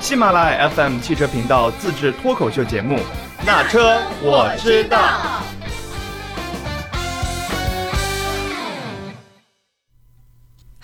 喜马拉雅 FM 汽车频道自制脱口秀节目《那车我知道》。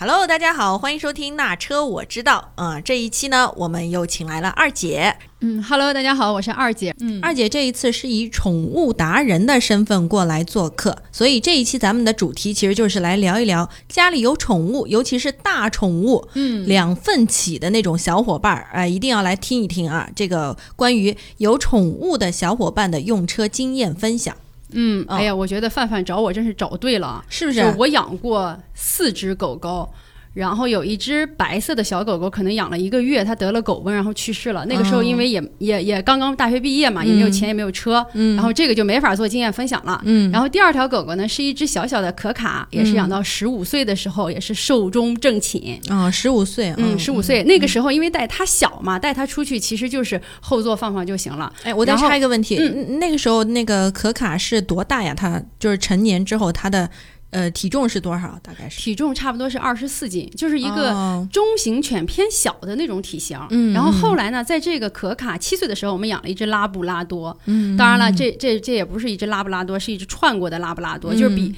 Hello，大家好，欢迎收听《那车我知道》啊、这一期呢，我们又请来了二姐。嗯，Hello，大家好，我是二姐。嗯，二姐这一次是以宠物达人的身份过来做客，所以这一期咱们的主题其实就是来聊一聊家里有宠物，尤其是大宠物，嗯，两份起的那种小伙伴儿，哎、一定要来听一听啊，这个关于有宠物的小伙伴的用车经验分享，嗯，哦哎呀，我觉得范范找我真是找对了，是不是嗯就我养过四只狗狗。然后有一只白色的小狗狗，可能养了一个月，它得了狗瘟，然后去世了。那个哦时候因为也、也也刚刚大学毕业嘛，也没有钱，也没有车，嗯然后这个就没法做经验分享了。嗯然后第二条狗狗呢是一只小小的可卡，也是养到十五岁的时候，也是寿终正寝。啊，十五岁，嗯，十五，岁、那个时候，因为带它小嘛，带它出去其实就是后座放放就行了。哎，我再然后插一个问题，嗯嗯那个时候那个可卡是多大呀？他就是成年之后，他的呃体重是多少？大概是体重差不多是二十四斤，就是一个哦中型犬偏小的那种体型。嗯然后后来呢，在这个可卡七岁的时候，我们养了一只拉布拉多。嗯，当然了，这这这也不是一只拉布拉多，是一只串过的拉布拉嗯多，就是比。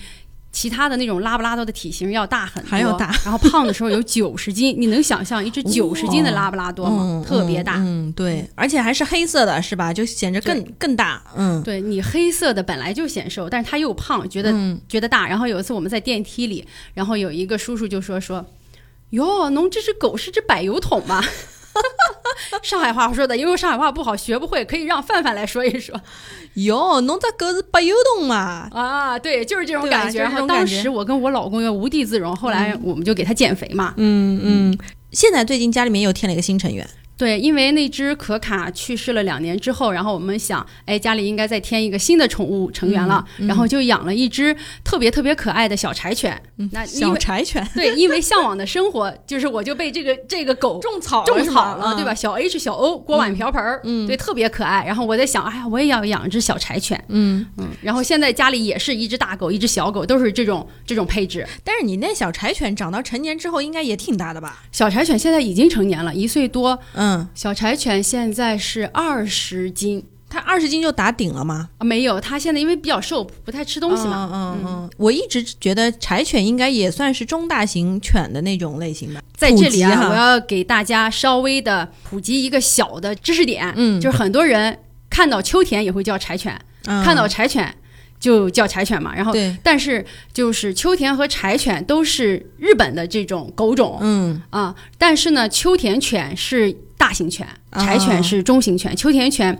其他的那种拉布拉多的体型要大很多，还要大。然后胖的时候有九十斤，你能想象一只九十斤的拉布拉多吗？嗯特别大。嗯，嗯对，而且还是黑色的，是吧？就显着更更大，嗯，对你黑色的本来就显瘦，但是它又胖，觉得、嗯觉得大。然后有一次我们在电梯里，然后有一个叔叔就说说，哟，侬这只狗是只柏油桶吗？ 上海话说的，因为上海话不好学不会，可以让范范来说 一说哟，侬这狗是白油洞嘛？啊。对，就是这种对吧啊感就觉。是然这后种当感觉时我跟我老公也无地自容，后来我们就给它减肥嘛。嗯嗯。现在最近家里面又添了一个新成员，对，因为那只可卡去世了两年之后，然后我们想，哎，家里应该再添一个新的宠物成员了，嗯然后就养了一只特别特别可爱的小柴犬。那因小为柴犬，对，因为向往的生活，就是我就被这个这个狗种草种草嗯了，啊对吧？？小 H 小 O 锅碗瓢盆儿，嗯，对，特别可爱。然后我在想，哎呀，我也要养只小柴犬，嗯，嗯。然后现在家里也是一只大狗，一只小狗，都是这种这种配置。但是你那小柴犬长到成年之后，应该也挺大的吧？小柴犬现在已经成年了，一岁多。嗯，小柴犬现在是二十斤。它二十斤就打顶了吗？啊没有，它现在因为比较瘦，不太吃东西嘛。嗯嗯嗯，我一直觉得柴犬应该也算是中大型犬的那种类型吧。在这里普及啊，哈我要给大家稍微的普及一个小的知识点，嗯就是很多人看到秋田也会叫柴犬，嗯看到柴犬就叫柴犬嘛。然后，对，但是就是秋田和柴犬都是日本的这种狗种嗯啊，但是呢，秋田犬是大型犬，啊柴犬是中型犬，秋田犬。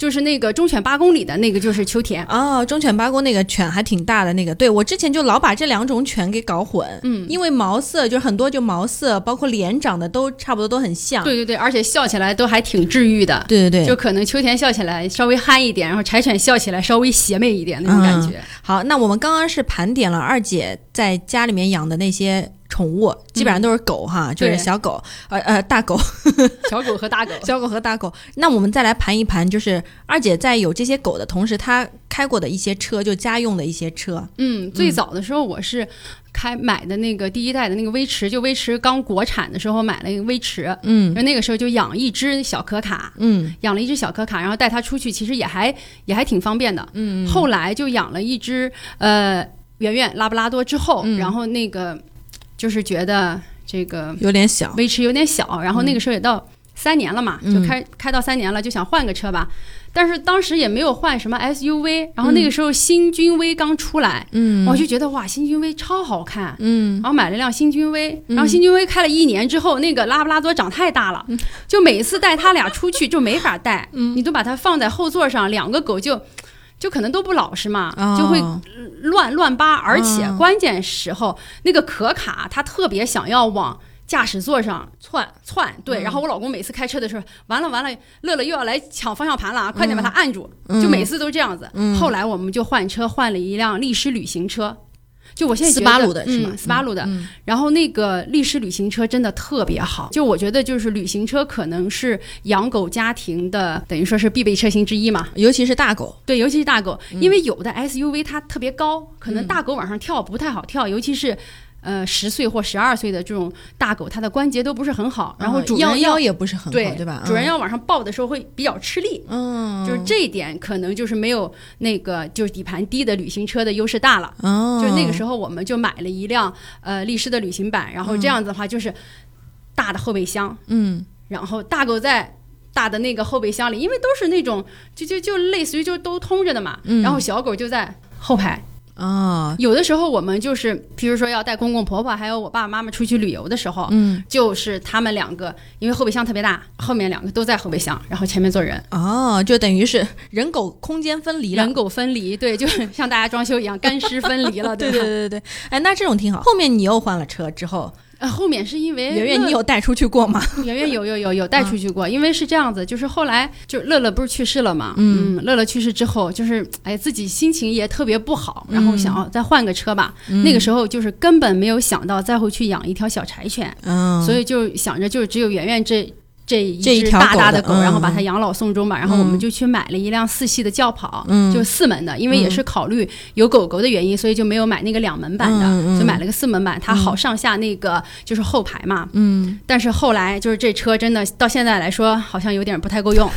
就是那个忠犬八公里的那个，就是秋田，哦，忠犬八公那个犬还挺大的那个，对我之前就老把这两种犬给搞混，嗯，因为毛色就很多，就毛色包括脸长得都差不多，都很像。对对对，而且笑起来都还挺治愈的。对对就对，可能秋田笑起来稍微憨一点，然后柴犬笑起来稍微邪魅一点那种感觉。好，那我们刚刚是盘点了二姐在家里面养的那些宠物，基本上都是狗哈，就是对小狗，呃呃大狗，小狗和大 狗小狗和大狗。那我们再来盘一盘，就是二姐在有这些狗的同时，她开过的一些车，就家用的一些车。嗯，最早的时候我是开买的那个第一代的那个威驰，就威驰刚国产的时候买了一个威驰，嗯然后那个时候就养一只小可卡。嗯养了一只小可卡，然后带它出去，其实也还也还挺方便的。嗯，后来就养了一只呃圆圆拉布拉多之后，然后那个就是觉得这个有点小。维持有点小，然后那个时候也到三年了嘛，就开开到三年了，就想换个车吧。但是当时也没有换什么 SUV，然后那个时候新君威刚出来，嗯我就觉得哇，新君威超好看，嗯然后买了辆新君威，然后新君威开了一年之后，那个拉布拉多长太大了，嗯就每次带他俩出去就没法带，你都把它放在后座上，两个狗就就可能都不老实嘛，哦就会乱乱扒，而且嗯关键时候那个可卡它特别想要往。驾驶座上窜窜，嗯对，然后我老公每次开车的时候，完了完了，乐乐又要来抢方向盘了啊，快点嗯把它按住，就每次都这样子。后来我们就换车，换了一辆力狮旅行车，就我现在觉斯得巴鲁的是吗嗯斯巴鲁的，然后那个力狮旅行车真的特别好，就我觉得就是旅行车可能是养狗家庭的等于说是必备车型之一嘛。尤其是大狗，对，尤其嗯是大狗，因为有的 SUV 它特别高，可能大狗往上跳不太好跳，尤其是呃十岁或十二岁的这种大狗，它的关节都不是很好，然后嗯主羊人要、腰也不是很好，对对吧？主人要往上抱的时候会比较吃力。嗯，就是这一点，可能就是没有那个就是底盘低的旅行车的优势大了。哦，就那个时候，我们就买了一辆呃力狮的旅行版，然后这样子的话就是大的后备箱，嗯然后大狗在大的那个后备箱里，因为都是那种就就就类似于就都通着的嘛，嗯然后小狗就在后排。啊，有的时候我们就是，比如说要带公公婆婆还有我爸爸妈妈出去旅游的时候，嗯就是他们两个，因为后备箱特别大，后面两个都在后备箱，然后前面坐人，哦，就等于是人狗空间分离了人。狗分离，对，就是像大家装修一样，干湿分离 了，对对吧？对对对，哎，那这种挺好。后哎面你又换了车之后，呃，后面是因为圆圆，你有带出去过吗？圆圆有有有有带出去过，因为是这样子，就是后来就是乐乐不是去世了嘛，嗯，乐乐去世之后，就是哎自己心情也特别不好，然后想要再换个车吧，那个时候就是根本没有想到再会去养一条小柴犬，嗯，所以就想着就只有圆圆这。这一这一只条大狗大的的狗，嗯然后把它养老送终吧。然后我们就去买了一辆四系的轿跑，嗯就是四门的，因为也是考虑有狗狗的原因，所以就没有买那个两门版的，嗯嗯就买了个四门版，它好上下那个就是后排嘛。嗯，但是后来就是这车真的到现在来说，好像有点不太 够用，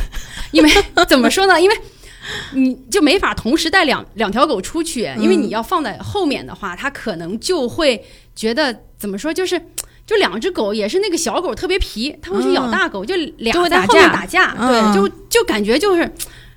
因为怎么说呢？因为你就没法同时带两两条狗出去，嗯因为你要放在后面的话，它可能就会觉得怎么说，就是就两只狗也是那个小狗特别皮，它会去咬大狗，就嗯就会打俩在后面架打架，嗯对，就就感觉就是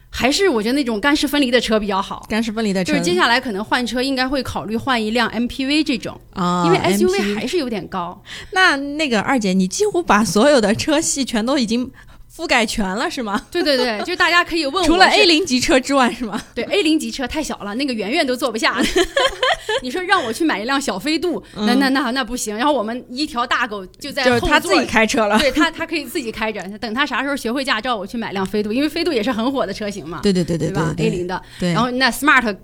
还是我觉得那种干湿分离的车比较好。干湿分离的车，就是接下来可能换车应该会考虑换一辆 MPV 这种，啊，因为 MP SUV 还是有点高。那那个二姐，你几乎把所有的车系全都已经覆盖全了是吗？对对对，就大家可以问我是，除了 A 零级车之外是吗？对 A 零级车太小了，那个圆圆都坐不下。 你说让我去买一辆小飞度，那那那那不行。然后我们一条大狗就在嗯就是后他自座己，开车了。 对他他可以自己开着。等他啥时候学会驾照，我去买辆飞度，因为飞度也是很火的车型嘛，对对对对吧对 a 零的，对，然后那 Smart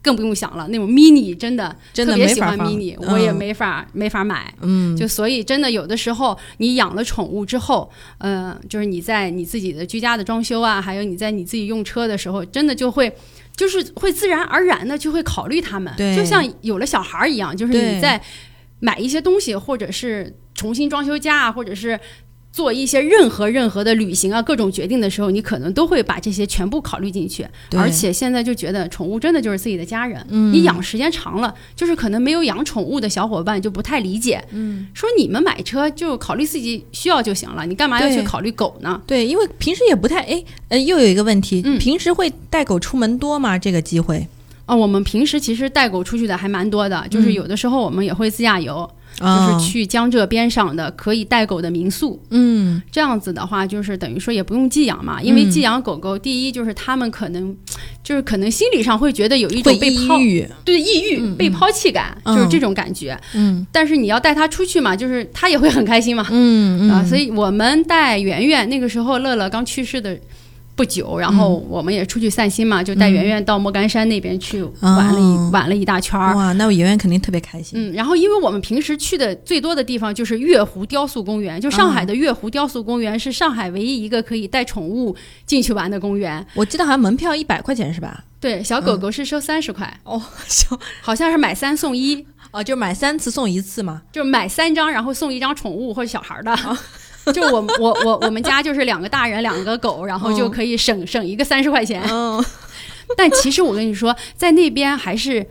更不用想了，那种 Mini 真的真的特别没喜法欢放 Mini，嗯我也没法、没法买。嗯，就所以真的有的时候，你养了宠物之后，呃，就是你在你自己的居家的装修啊，还有你在你自己用车的时候，真的就会，就是会自然而然的就会考虑它们，对就像有了小孩儿一样，就是对你在买一些东西，或者是重新装修家啊，或者是。做一些任何任何的旅行啊，各种决定的时候，你可能都会把这些全部考虑进去。对嗯而且现在就觉得宠物真的就是自己的家人，你养时间长了，就是可能没有养宠物的小伙伴就不太理解，嗯，说你们买车就考虑自己需要就行了，你干嘛要对去考虑狗呢？对，因为平时也不太哎，呃，又有一个问题，嗯平时会带狗出门多吗？这个机会啊，我们平时其实带狗出去的还蛮多的，就是有的时候我们也会自驾游，嗯啊就是去江浙边上的可以带狗的民宿，嗯这样子的话，就是等于说也不用寄养嘛，因为嗯寄养狗狗，第一就是他们可能，就是可能心理上会觉得有一种会被抑抛，郁，对抑郁、被抛弃感，嗯就是这种感觉。嗯但是你要带它出去嘛，就是它也会很开心嘛，嗯啊，所以我们带圆圆那个时候乐乐刚去世的。不久，然后嗯我们也出去散心嘛，就带圆圆到莫干山那边去玩了一、哦玩了一大圈儿。哇，那我圆圆肯定特别开心。嗯，然后因为我们平时去的最多的地方就是月湖雕塑公园，就上嗯海的月湖雕塑公园是上海唯一一个可以带宠物进去玩的公园。我记得好像门票一百块钱是吧？ 对，小嗯狗狗是收三十块，哦，行，好像是买三送一，哦，就买三次送一次嘛。就是买三张然后送一张宠物或者小孩儿的。哦 就我我我我们家就是两个大人两个狗，然后就可以省、省一个三十块钱。嗯但其实我跟你说，在那边还是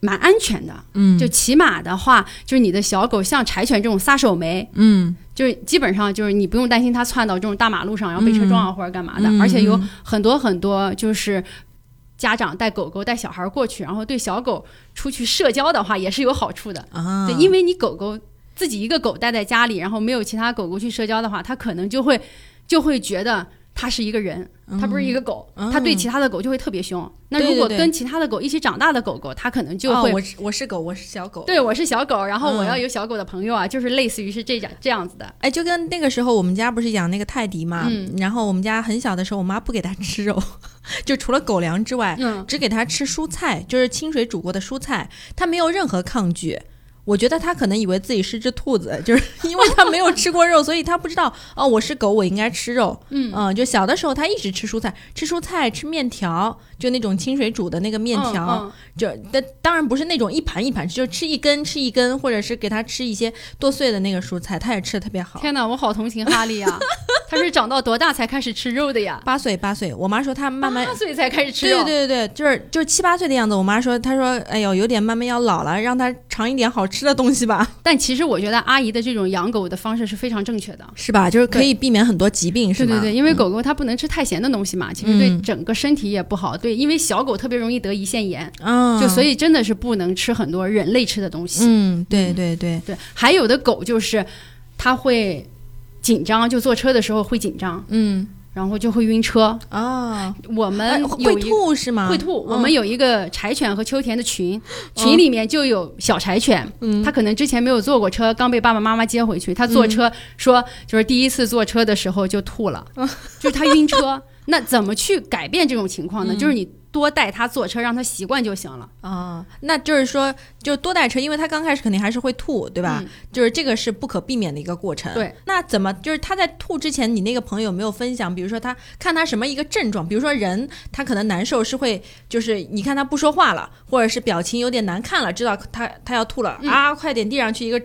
蛮安全的。嗯就起码的话，就是你的小狗像柴犬这种撒手没，嗯，就是基本上就是你不用担心它窜到这种大马路上，然后被车撞啊或者干嘛的，嗯而且有很多很多就是。家长带狗狗、带小孩过去，然后对小狗出去社交的话，也是有好处的。啊，对，因为你狗狗自己一个狗待在家里，然后没有其他狗狗去社交的话，它可能就会就会觉得它是一个人，它不是一个狗，嗯它对其他的狗就会特别凶。那对如果对对跟其他的狗一起长大的狗狗，它可能就哦会我是我是狗，我是小狗。对我是小狗，然后我嗯要有小狗的朋友啊，就是类似于是这样这样子的。哎，就跟那个时候我们家不是养那个泰迪嘛，嗯然后我们家很小的时候，我妈不给它吃肉， 就除了狗粮之外，嗯只给它吃蔬菜，就是清水煮过的蔬菜，它没有任何抗拒。我觉得他可能以为自己是只兔子， 就是因为他没有吃过 肉，所以他不知道哦，我是狗，我应该吃肉。嗯嗯，就小的时候他一直吃蔬菜，吃蔬菜，吃面条，就那种清水煮的那个面条，嗯就但当然不是那种一盘一盘吃，就吃一根吃一根，或者是给他吃一些剁碎的那个蔬菜，他也吃的特别嗯好。天哪，我好同情哈利 呀、他是长到多大才开始吃肉的呀？八岁八岁，我妈说他慢慢八岁才开始吃对肉，对对对，就是就是七八岁的样子。我妈说，她说，哎呦，有点慢慢要老了，让她尝一点好吃的东西吧，但其实我觉得阿姨的这种养狗的方式是非常正确的。 是吧？就是可以避免很多疾病，是嗯对吧？对对，因为狗狗它不能吃太咸的东西嘛，其实对嗯整个身体也不好。对，因为小狗特别容易得胰腺炎，嗯，就所以，以真的是不能吃很多人类吃的东西。嗯，对对对，对，还有的狗就是它会紧张，就坐车的时候会紧张，嗯然后就会晕车。啊，我们哎有会一吐是吗？会吐。我嗯们有一个柴犬和秋田的群，群里面就有小柴犬，嗯它可能之前没有坐过车，刚被爸爸妈妈接回去，它坐嗯车说就是第一次坐车的时候就 吐了，哦就是它晕车。那怎么去改变这种情况嗯呢？就是你多带它坐车，让它习惯就行了。啊，那就是说，就是多带车，因为他刚开始肯定还是会吐，对吧？嗯就是这个是不可避免的一个过程。对，那怎么就是他在吐之前，你那个朋友有没有分享？比如说他看他什么一个症状，比如说人他可能难受是会，就是你看他不说话了，或者是表情有点难看了，知道他他要吐了、嗯啊，快点递上去一个。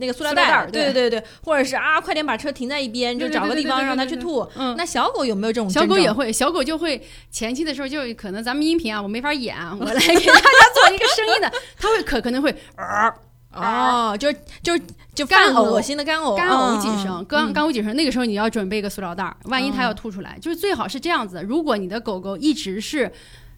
那个塑料塑料袋袋，儿对对对，或者是啊，快点把车停在一边，对就对找个对地对方对让它对去对吐。嗯那小狗有没有这种小症狗状也会，小狗就会前期的时候就可能咱们音频啊，我没法演，我来给大家做一个声 音的，它会可可能会呃哦，就是就是就干犯恶呕心的干呕，干呕几嗯嗯嗯声，干干呕几声，那个时候你要准备一个塑料袋儿，万一它要吐出来，就是最好是这样子。如果你的狗狗一直是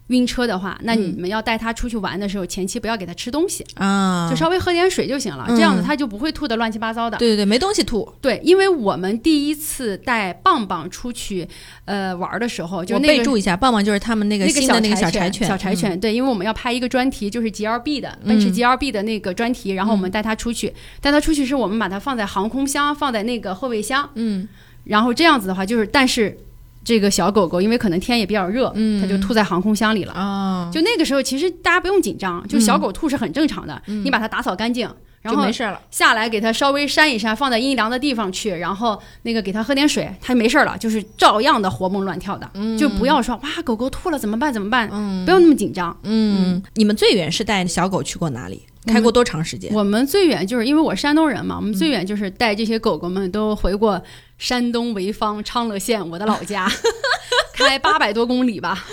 晕车的话，那嗯你们要带它出去玩的时候，前期不要给它吃东西，啊，就稍微喝点水就行了，嗯这样子它就不会吐的乱七八糟的。对对对，没东西吐，对，因为我们第一次带棒棒出去呃玩儿的时候，就我那备个。注一下，棒棒就是他们那个那新的那个小柴犬，小柴嗯，犬，对，因为我们要拍一个专题，就是 G L B 的奔驰嗯 G L B 的那个专题，然后我们带它出去，带它出去是我们把它放在航空箱，放在那个后备箱，嗯然后这样子的话，就是但是这个小狗狗因为可能天也比较热，嗯它就吐在航空箱里了。啊，就那个时候，其实大家不用紧张，就小狗吐是很正常的，嗯你把它打扫干净，然就后没事了，下来给它稍微扇一扇，放在阴凉的地方去，然后那个给它喝点水，它没事儿了，就是照样的活蹦乱跳的，就不要说哇狗狗吐了怎么办怎么办，嗯不要那么紧张。嗯，你们最远是带小狗去过哪里？开过多长时间？嗯我们最远就是因为我是山东人嘛，我们最远就是带这些狗狗们都回过山东潍坊昌乐县我的 老家，开八百多公里吧，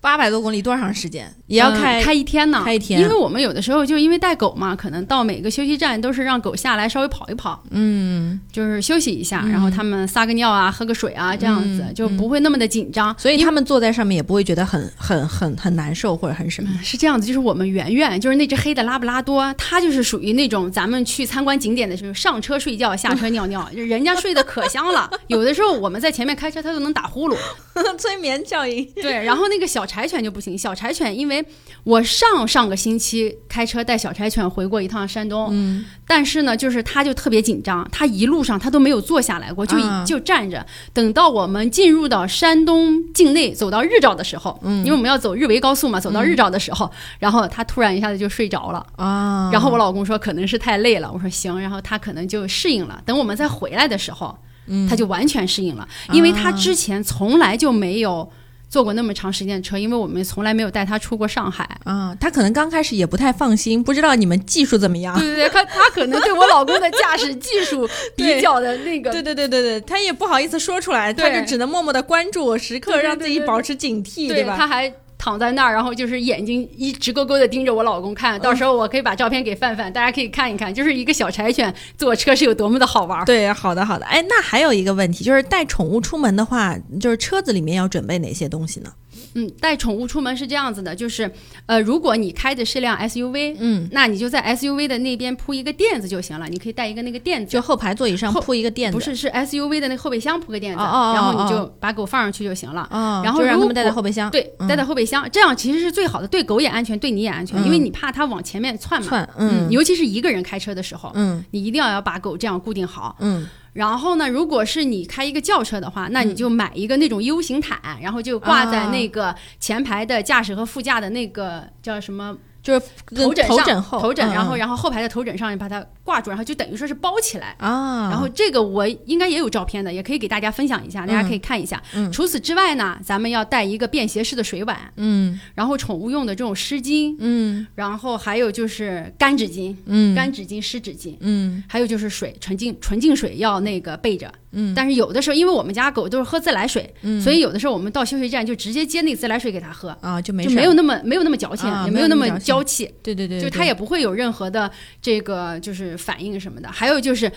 八百多公里，多长时间？也要嗯开开一天呢，开一天因为我们有的时候就因为带狗嘛，可能到每个休息站都是让狗下来稍微跑一跑，嗯，就是休息一下，然后它们撒个尿啊，喝个水啊，这样子、嗯就不会那么的紧张。所以他们坐在上面也不会觉得很很很很难受或者很什么。是这样子，就是我们圆圆，就是那只黑的拉布拉多，它就是属于那种咱们去参观景点的时候，上车睡觉，下车尿尿，人家睡得可香 了。有的时候我们在前面开车，它都能打呼噜。嗯催眠效应， 对，然后那个小柴犬就不行，小 柴犬因为我上上个星期开车带小柴犬回过一趟山东，嗯，但是呢，就是它就特别紧张，它一路上它都没有坐下来过，就一、啊就站着。等到我们进入到山东境内，走到日照的时候，嗯因为我们要走日维高速嘛，走到日照的时候，然后它突然一下子就睡着了。啊，然后我老公说可能是太累了，我说行，然后他可能就适应了。等我们再回来的时候，嗯他就完全适应了，啊因为他之前从来就没有坐过那么长时间的车，因为我们从来没有带他出过上海。啊，他可能刚开始也不太放心，不知道你们技术怎么样。对对对，他他可能对我老公的驾驶技术 对比较的那个对对对对对，他也不好意思说出来，他对就只能默默的关注，时刻对对让自己对对保持警惕，对吧？他还躺在那儿，然后就是眼睛一直勾勾的盯着我老公看。嗯到时候我可以把照片给范范，大家可以看一看，就是一个小柴犬坐车是有多么的好 玩儿。对，好的好的。哎，那还有一个问题就是带宠物出门的话，就是车子里面要准备哪些东西呢？嗯，带宠物出门是这样子的，就是呃，如果你开的是辆 SUV，嗯，那你就在 SUV 的那边铺一个垫子就行了，你可以带一个那个垫子。就后排座椅上后铺一个垫子，不是，是 SUV 的那个后备箱铺个垫子，哦哦哦然后哦你就把狗放上去就行了。啊、然后就让如他们带在果后备箱，对，嗯带在后备箱，这样其实是最好的，对狗也安全，对你也安全，因为嗯你怕它往前面窜嘛。窜，嗯尤其是一个人开车的时候，嗯你一定要要把狗这样固定好。嗯，然后呢，如果是你开一个轿车的话，那你就买一个那种 U 啊型毯，然后就挂在那个前排的驾驶和副驾的那个叫什么就是头枕头上枕后头枕，嗯然后嗯然后后排的头枕上你把它挂住，然后就等于说是包起来。啊，然后这个我应该也有照片的，也可以给大家分享一下，大家可以看一下。嗯除此之外呢，咱们要带一个便携式的水碗，嗯然后宠物用的这种湿巾，嗯然后还有就是干纸巾、嗯干纸巾、湿纸巾，嗯还有就是水，纯净纯净水要那个备着。嗯但是有的时候，因为我们家狗都是喝自来水，嗯所以有的时候我们到休息站就直接接那个自来水给它喝，啊就没就事没儿有那么没有那么矫情，啊也没没有有那那么么矫情娇气，对对对，对就它也不会有任何的这个就是反应什么的。还有就是，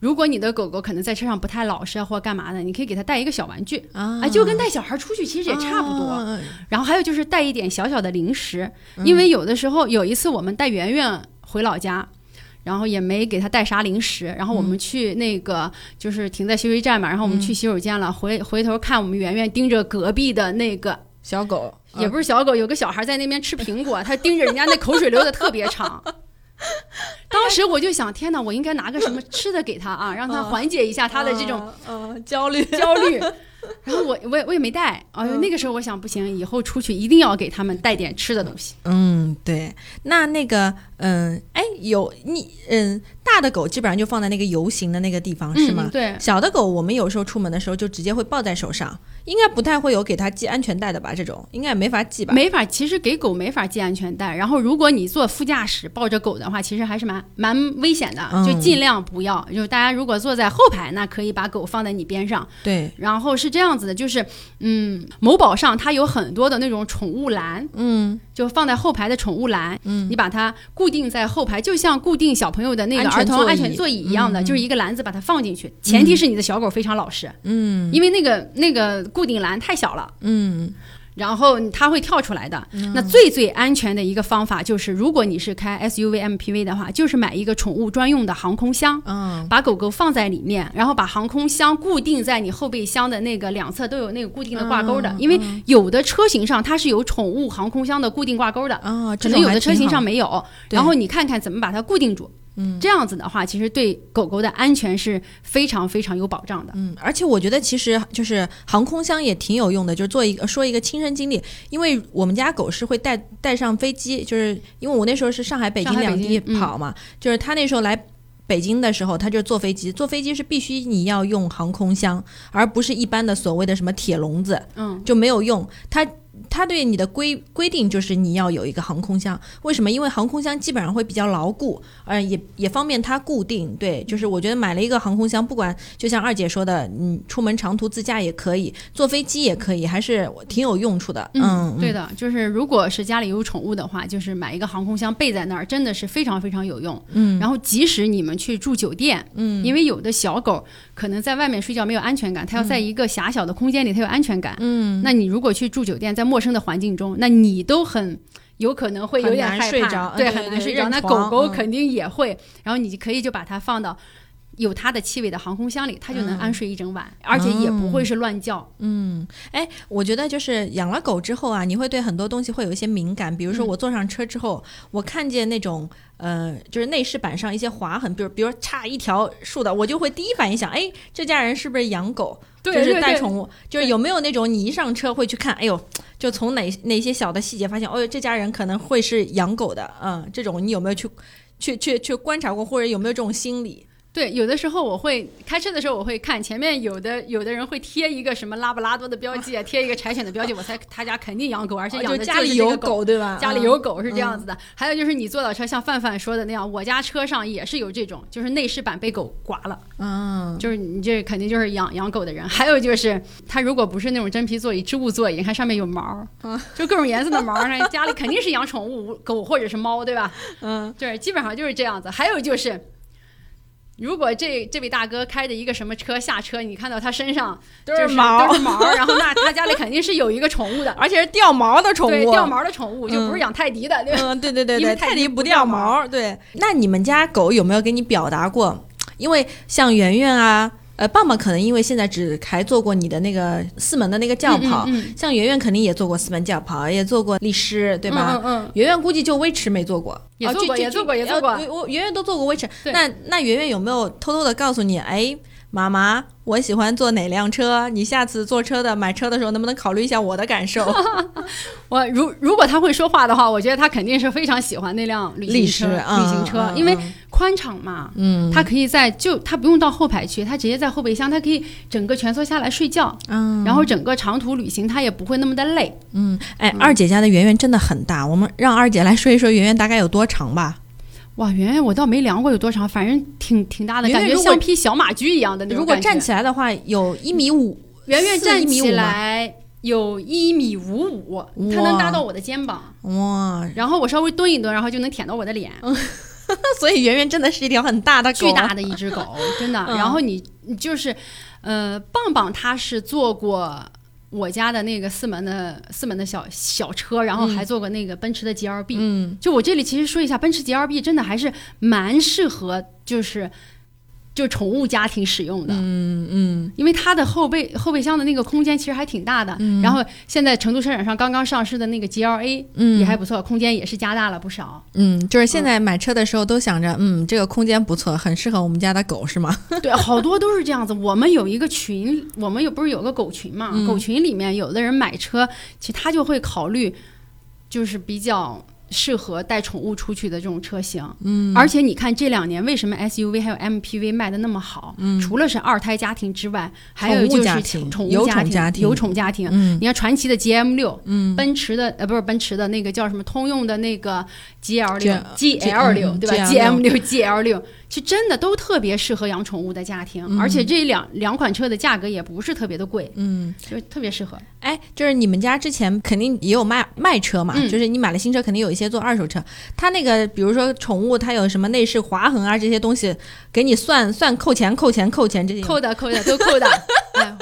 如果你的狗狗可能在车上不太老实啊，或干嘛的，你可以给它带一个小玩具。啊啊，就跟带小孩出去其实也差不多。啊然后还有就是带一点小小的零食，因为有的时候有一次我们带圆圆回老家。然后也没给她带啥零食，然后我们去那个、就是停在休息站嘛，然后我们去洗手间了，回回头看我们圆圆盯着隔壁的那个小狗啊也不是小狗，有个小孩在那边吃苹果，他盯着人家那口水流的特别长。当时我就想，天哪，我应该拿个什么吃的给他啊，让他缓解一下他的这种呃焦虑， 焦 虑。然后我我也我也没带，哎呦，嗯那个时候我想不行，以后出去一定要给他们带点吃的东西。嗯，对，那那个，嗯，哎，有你，嗯，大的狗基本上就放在那个游行的那个地方，哦是吗？嗯对小的狗，我们有时候出门的时候就直接会抱在手上，应该不太会有给它系安全带的吧？这种应该也没法系吧？没法，其实给狗没法系安全带。然后，如果你坐副驾驶抱着狗的话，其实还是蛮蛮危险的，嗯就尽量不要。就是大家如果坐在后排，那可以把狗放在你边上。对，然后是这样子的，就是嗯，某宝上它有很多的那种宠物栏，嗯，就放在后排的宠物栏，嗯，你把它固定在后排，就像固定小朋友的那个安全儿童座椅嗯安全座椅一样的，就是一个篮子把它放进去，前提是你的小狗非常老实，嗯，因为那个那个固定栏太小了，嗯。然后它会跳出来的。嗯那最最安全的一个方法就是，如果你是开 SUV、MPV 的话，就是买一个宠物专用的航空箱。嗯，把狗狗放在里面，然后把航空箱固定在你后备箱的那个两侧都有那个固定的挂嗯钩的，因为有的车型上它是有宠物航空箱的固定挂钩的，啊，这可能种有还的车挺型好上没有。对然后你看看怎么把它固定住。嗯，这样子的话，其实对狗狗的安全是非常非常有保障的。嗯，而且我觉得其实就是航空箱也挺有用的，就是做一个说一个亲身经历，因为我们家狗是会带带上飞机，就是因为我那时候是上海北京上海两北地京嗯跑嘛，就是他那时候来。北京的时候，他就坐飞机，坐飞机是必须你要用航空箱，而不是一般的所谓的什么铁笼子。嗯，就没有用。它它对你的规规定就是你要有一个航空箱，为什么？因为航空箱基本上会比较牢固，呃，也也方便它固定。对，就是我觉得买了一个航空箱，不管就像二姐说的，你出门长途自驾也可以，坐飞机也可以，还是挺有用处的。嗯，对的，的，就是如果是家里有宠物的话，就是买一个航空箱备在那儿，真的是非常非常有用。嗯，然后即使你们去住酒店，嗯，因为有的小狗可能在外面睡觉没有安全感，它要在一个狭小的空间里，它有安全感。嗯，那你如果去住酒店，在陌生的环境中，那你都很有可能会有点很害难怕，睡着嗯对，很对难对睡认着。那床狗狗嗯肯定也会，然后你可以就把它放到。有它的气味的航空箱里，它就能安睡一整晚，而且也不会是乱叫。哎，我觉得就是养了狗之后啊，你会对很多东西会有一些敏感。比如嗯说，我坐上车之后，我看见那种呃，就是内饰板上一些划痕，比如比如差一条竖的，我就会第一反应想，哎，这家人是不是养狗？对就是对带对宠物，就是有没有那种你一上车会去看，哎呦，就从哪哪些小的细节发现，哦呦，这家人可能会是养狗的，嗯，这种你有没有去去去去观察过，或者有没有这种心理？对，有的时候我会开车的时候，我会看前面有的有的人会贴一个什么拉布拉多的标记啊，贴一个柴犬的标记，我猜他家肯定养狗，而而且啊养就的家就里是这有个狗，对吧？家里嗯有狗是这样子的。还有就是你坐到车，像范范说的那样，我家车上也是有这种，就是内饰板被狗刮了，嗯，就是你这肯定就是养养狗的人。 还有就是他如果不是那种真皮座椅、织物座椅，你看上面有毛儿，嗯就各种颜色的毛儿，那家里肯定是养宠物狗或者是猫，对吧？嗯，对，基本上就是这样子。还有就是，如果这这位大哥开着一个什么车下车，你看到他身上都就是毛都是毛儿，然后那他家里肯定是有一个宠物的，而且是掉毛的 宠物，对，掉毛儿的宠物，就不嗯是养泰迪的，对吧？嗯，对对对因对，为泰泰迪迪不不掉掉毛儿。对，那你们家狗有没有给你表达过？因为像圆圆啊，呃，棒棒可能因为现在只还做过你的那个四门的那个轿跑，嗯嗯嗯像圆圆肯定也做过四门轿跑，也做过力狮，对吧？嗯嗯嗯圆圆估计就威驰没做过，也做过哦就也做过也做呃过我我圆圆都做过威驰。对那那圆圆有没有偷偷的告诉你，哎，妈妈，我喜欢坐哪辆车？你下次坐车的买车的时候，能不能考虑一下我的感受？我如如果他会说话的话，我觉得他肯定是非常喜欢那辆旅历行史车，旅行嗯车，嗯因为嗯宽敞嘛，嗯，他可以在就他不用到后排去，他直接在后备箱，他可以整个蜷缩下来睡觉，嗯，然后整个长途旅行他也不会那么的累。嗯，哎，二姐家的圆圆真的很大，我们让二姐来说一说圆圆大概有多长吧。哇，圆圆我倒没量过有多长，反正挺挺大的，圆圆感觉如果像匹小马驹一样的那如种果感觉。站起来的话，有一米五，圆圆四站一米五起吗，来有一米五五，她能搭到我的肩膀，嗯哇，然后我稍微蹲一蹲，然后就能舔到我的脸。所以圆圆真的是一条很大的狗，啊巨大的一 只狗，真的。嗯然后你你就是，呃，棒棒他是坐过我家的那个四门的四门的小小车，然后还坐过那个奔驰的 GLB。嗯，就我这里其实说一下，奔驰 GLB 真的还是蛮适合就是就宠物家庭使用的。嗯嗯，因为它的后备后备箱的那个空间其实还挺大的。然后现在成都车展上刚刚上市的那个 GLA，嗯也还不错，空间也是加大了不少。嗯，就是现在买车的时候都想着，嗯，这个空间不错，很适合我们家的狗，是吗？ 对，好多都是这样子。我们有一个群，我们有不是有个狗群嘛？嗯狗群里面有的人买车，其实他就会考虑，就是比较适合带宠物出去的这种车型。嗯，而且你看这两年为什么 SUV 还有 MPV 卖的那么好？嗯，除了是二胎家庭之外，还有宠物就家是庭宠有物家宠家庭有宠家庭。嗯你看传祺的 GM 六，嗯，奔驰的呃不是奔驰的那个叫什么通用的那个 GL 六 G- GL 六嗯对吧 GL6 ？GM 六 GL 六，其实真的都特别适合养宠物的家庭，而且这两两款车的价格也不是特别的贵，嗯，就特别适合。哎，就是你们家之前肯定也有卖卖车嘛，嗯就是你买了新车，肯定有一些做二手车。它那个比如说宠物，它有什么内饰划痕啊这些东西，给你算算扣钱，扣钱，扣钱这些。扣的扣的都扣的， 哎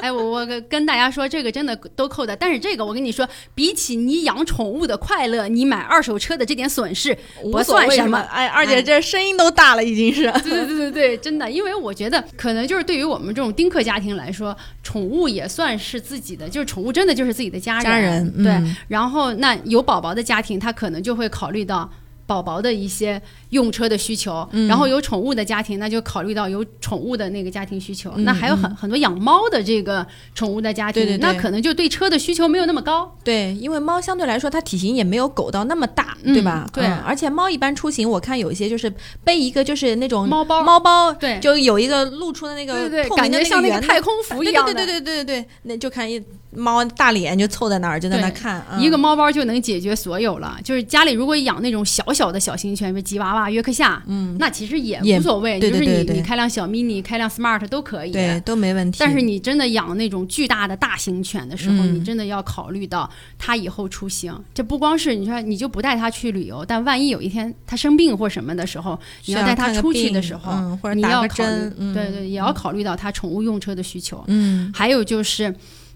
哎，我我跟大家说，这个真的都扣的，但是这个我跟你说，比起你养宠物的快乐，你买二手车的这点损失，无不所谓算什什么，么哎，二姐这声音都大了，已经是。对对对对对，真的，因为我觉得可能就是对于我们这种丁克家庭来说，宠物也算是自己的，就是宠物真的就是自己的 家人。家人对。嗯然后那有宝宝的家庭，他可能就会考虑到。宝宝的一些用车的需求，嗯然后有宠物的家庭，那就考虑到有宠物的那个家庭需求。那还有很很多养猫的这个宠物的家庭，嗯对对对那可能就对车的需求没有那么高。对，因为猫相对来说它体型也没有狗到那么大，嗯对吧？对嗯而且猫一般出行，我看有一些就是背一个就是那种猫包哦猫包对就有一个露出的那对个对透明对，感的觉像那圆个的太空服一样的。对对对对对对对，那就看一猫大脸就凑在那儿，就在那对看，嗯一个猫包就能解决所有了。就是家里如果养那种小小的小型犬，比如吉娃娃、约克夏，嗯，那其实也也无所谓，对对对就是对你你开辆小 mini、开辆 smart 都可以。对都没问题。但是你真的养那种巨大的大型犬的时候，嗯你真的要考虑到它以后出行，这不光是你说你就不带它去旅游，但万一有一天它生病或什么的时候，需你要要带看它个出去的病时候，嗯或者你打要个考虑针嗯对对，也要考虑到它宠物用车的需求。嗯，还有就是，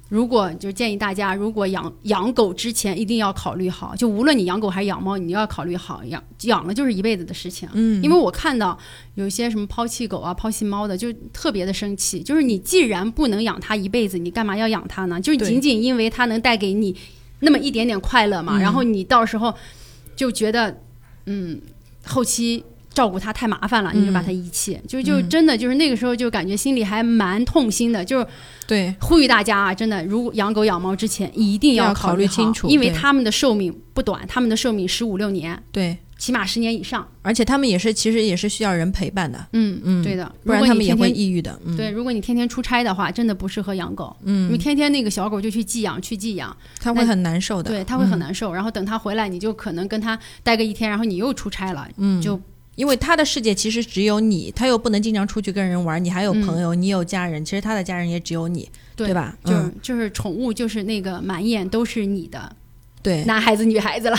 如果就建议大家，如果养养狗之前一定要考虑好，就无论你养狗还是养猫，你要考虑好养养了就是一辈子的事情。嗯，因为我看到有一些什么抛弃狗啊、抛弃猫的，就特别的生气。就是你既然不能养它一辈子，你干嘛要养它呢？就是对仅仅因为它能带给你那么一点点快乐嘛，然后你到时候就觉得，嗯，后期照顾它太麻烦了，你就把它遗弃，就就真的就是那个时候就感觉心里还蛮痛心的，就是对，呼吁大家啊，真的，如果养狗养猫之前一定要考考虑好清楚因为对它们的寿命不短，它们的寿命十五六年，对，起码十年以上。而且他们也是其实也是需要人陪伴的，嗯嗯对的，不然如他果你们也天会天抑郁的。嗯，对，如果你天天出差的话，真的不适合养狗。嗯，你天天那个小狗就去寄养，去寄养，他会那很难受的。嗯对，它会很难受。然后等它回来，你就可能跟它待个一天，然后你又出差了，嗯，就因为他的世界其实只有你，他又不能经常出去跟人玩，你还有朋友，你有家人，其实他的家人也只有你，嗯对吧？就是、嗯，就是宠物，就是那个满眼都是你的对。男孩子、女孩子了。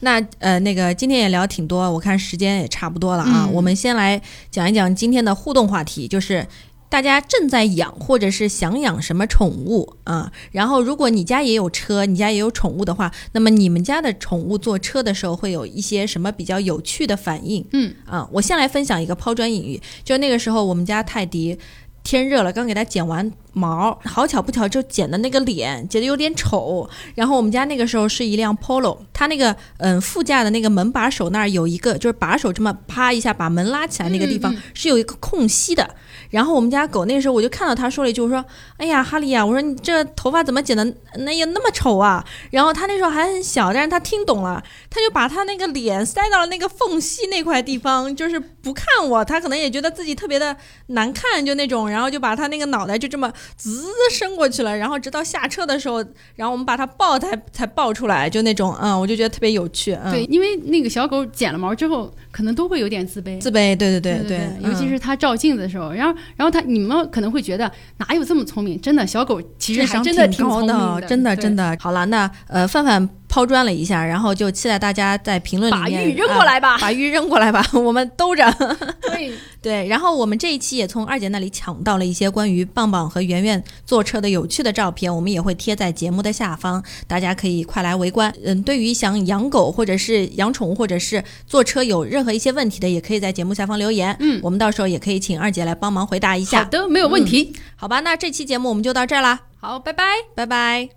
那呃，那个今天也聊挺多，我看时间也差不多了啊。嗯我们先来讲一讲今天的互动话题，就是。大家正在养或者是想养什么宠物啊？然后，如果你家也有车，你家也有宠物的话，那么你们家的宠物坐车的时候会有一些什么比较有趣的反应？嗯啊，我先来分享一个抛砖引玉，就那个时候我们家泰迪。天热了，刚给它剪完毛，好巧不巧就剪的那个脸，剪的有点丑。然后我们家那个时候是一辆 Polo，它那个嗯副驾的那个门把手那儿有一个，就是把手这么啪一下把门拉起来那个地方、嗯嗯是有一个空隙的。然后我们家狗那时候我就看到它说了一句，我说：“哎呀，哈利呀、我说你这头发怎么剪的那也那么丑啊？”然后它那时候还很小，但是它听懂了，它就把它那个脸塞到了那个缝隙那块地方，就是不看我，它可能也觉得自己特别的难看，就那种，然后就把它那个脑袋就这么滋伸过去了，然后直到下车的时候，然后我们把它抱才才抱出来，就那种，嗯，我就觉得特别有趣，嗯，对，因为那个小狗剪了毛之后，可能都会有点自卑。自卑，对对对对对，尤其嗯是它照镜子的时候，然后，然后它你们可能会觉得哪有这么聪明？真的，小狗其实智还商真的挺挺聪高明的，嗯真的的真的。的。好了，那呃，范范抛砖了一下，然后就期待大家在评论里把面玉扔过来吧呃把玉扔过来吧，我们兜着。对，对，然后我们这一期也从二姐那里抢到了一些关于棒棒和圆圆坐车的有趣的照片，我们也会贴在节目的下方，大家可以快来围观。嗯，对于想养狗或者是养宠物或者是坐车有任何一些问题的，也可以在节目下方留言，嗯我们到时候也可以请二姐来帮忙回答一好下。嗯的，没有问题。好吧，那这期节目我们就到这儿啦，好，拜拜。拜拜。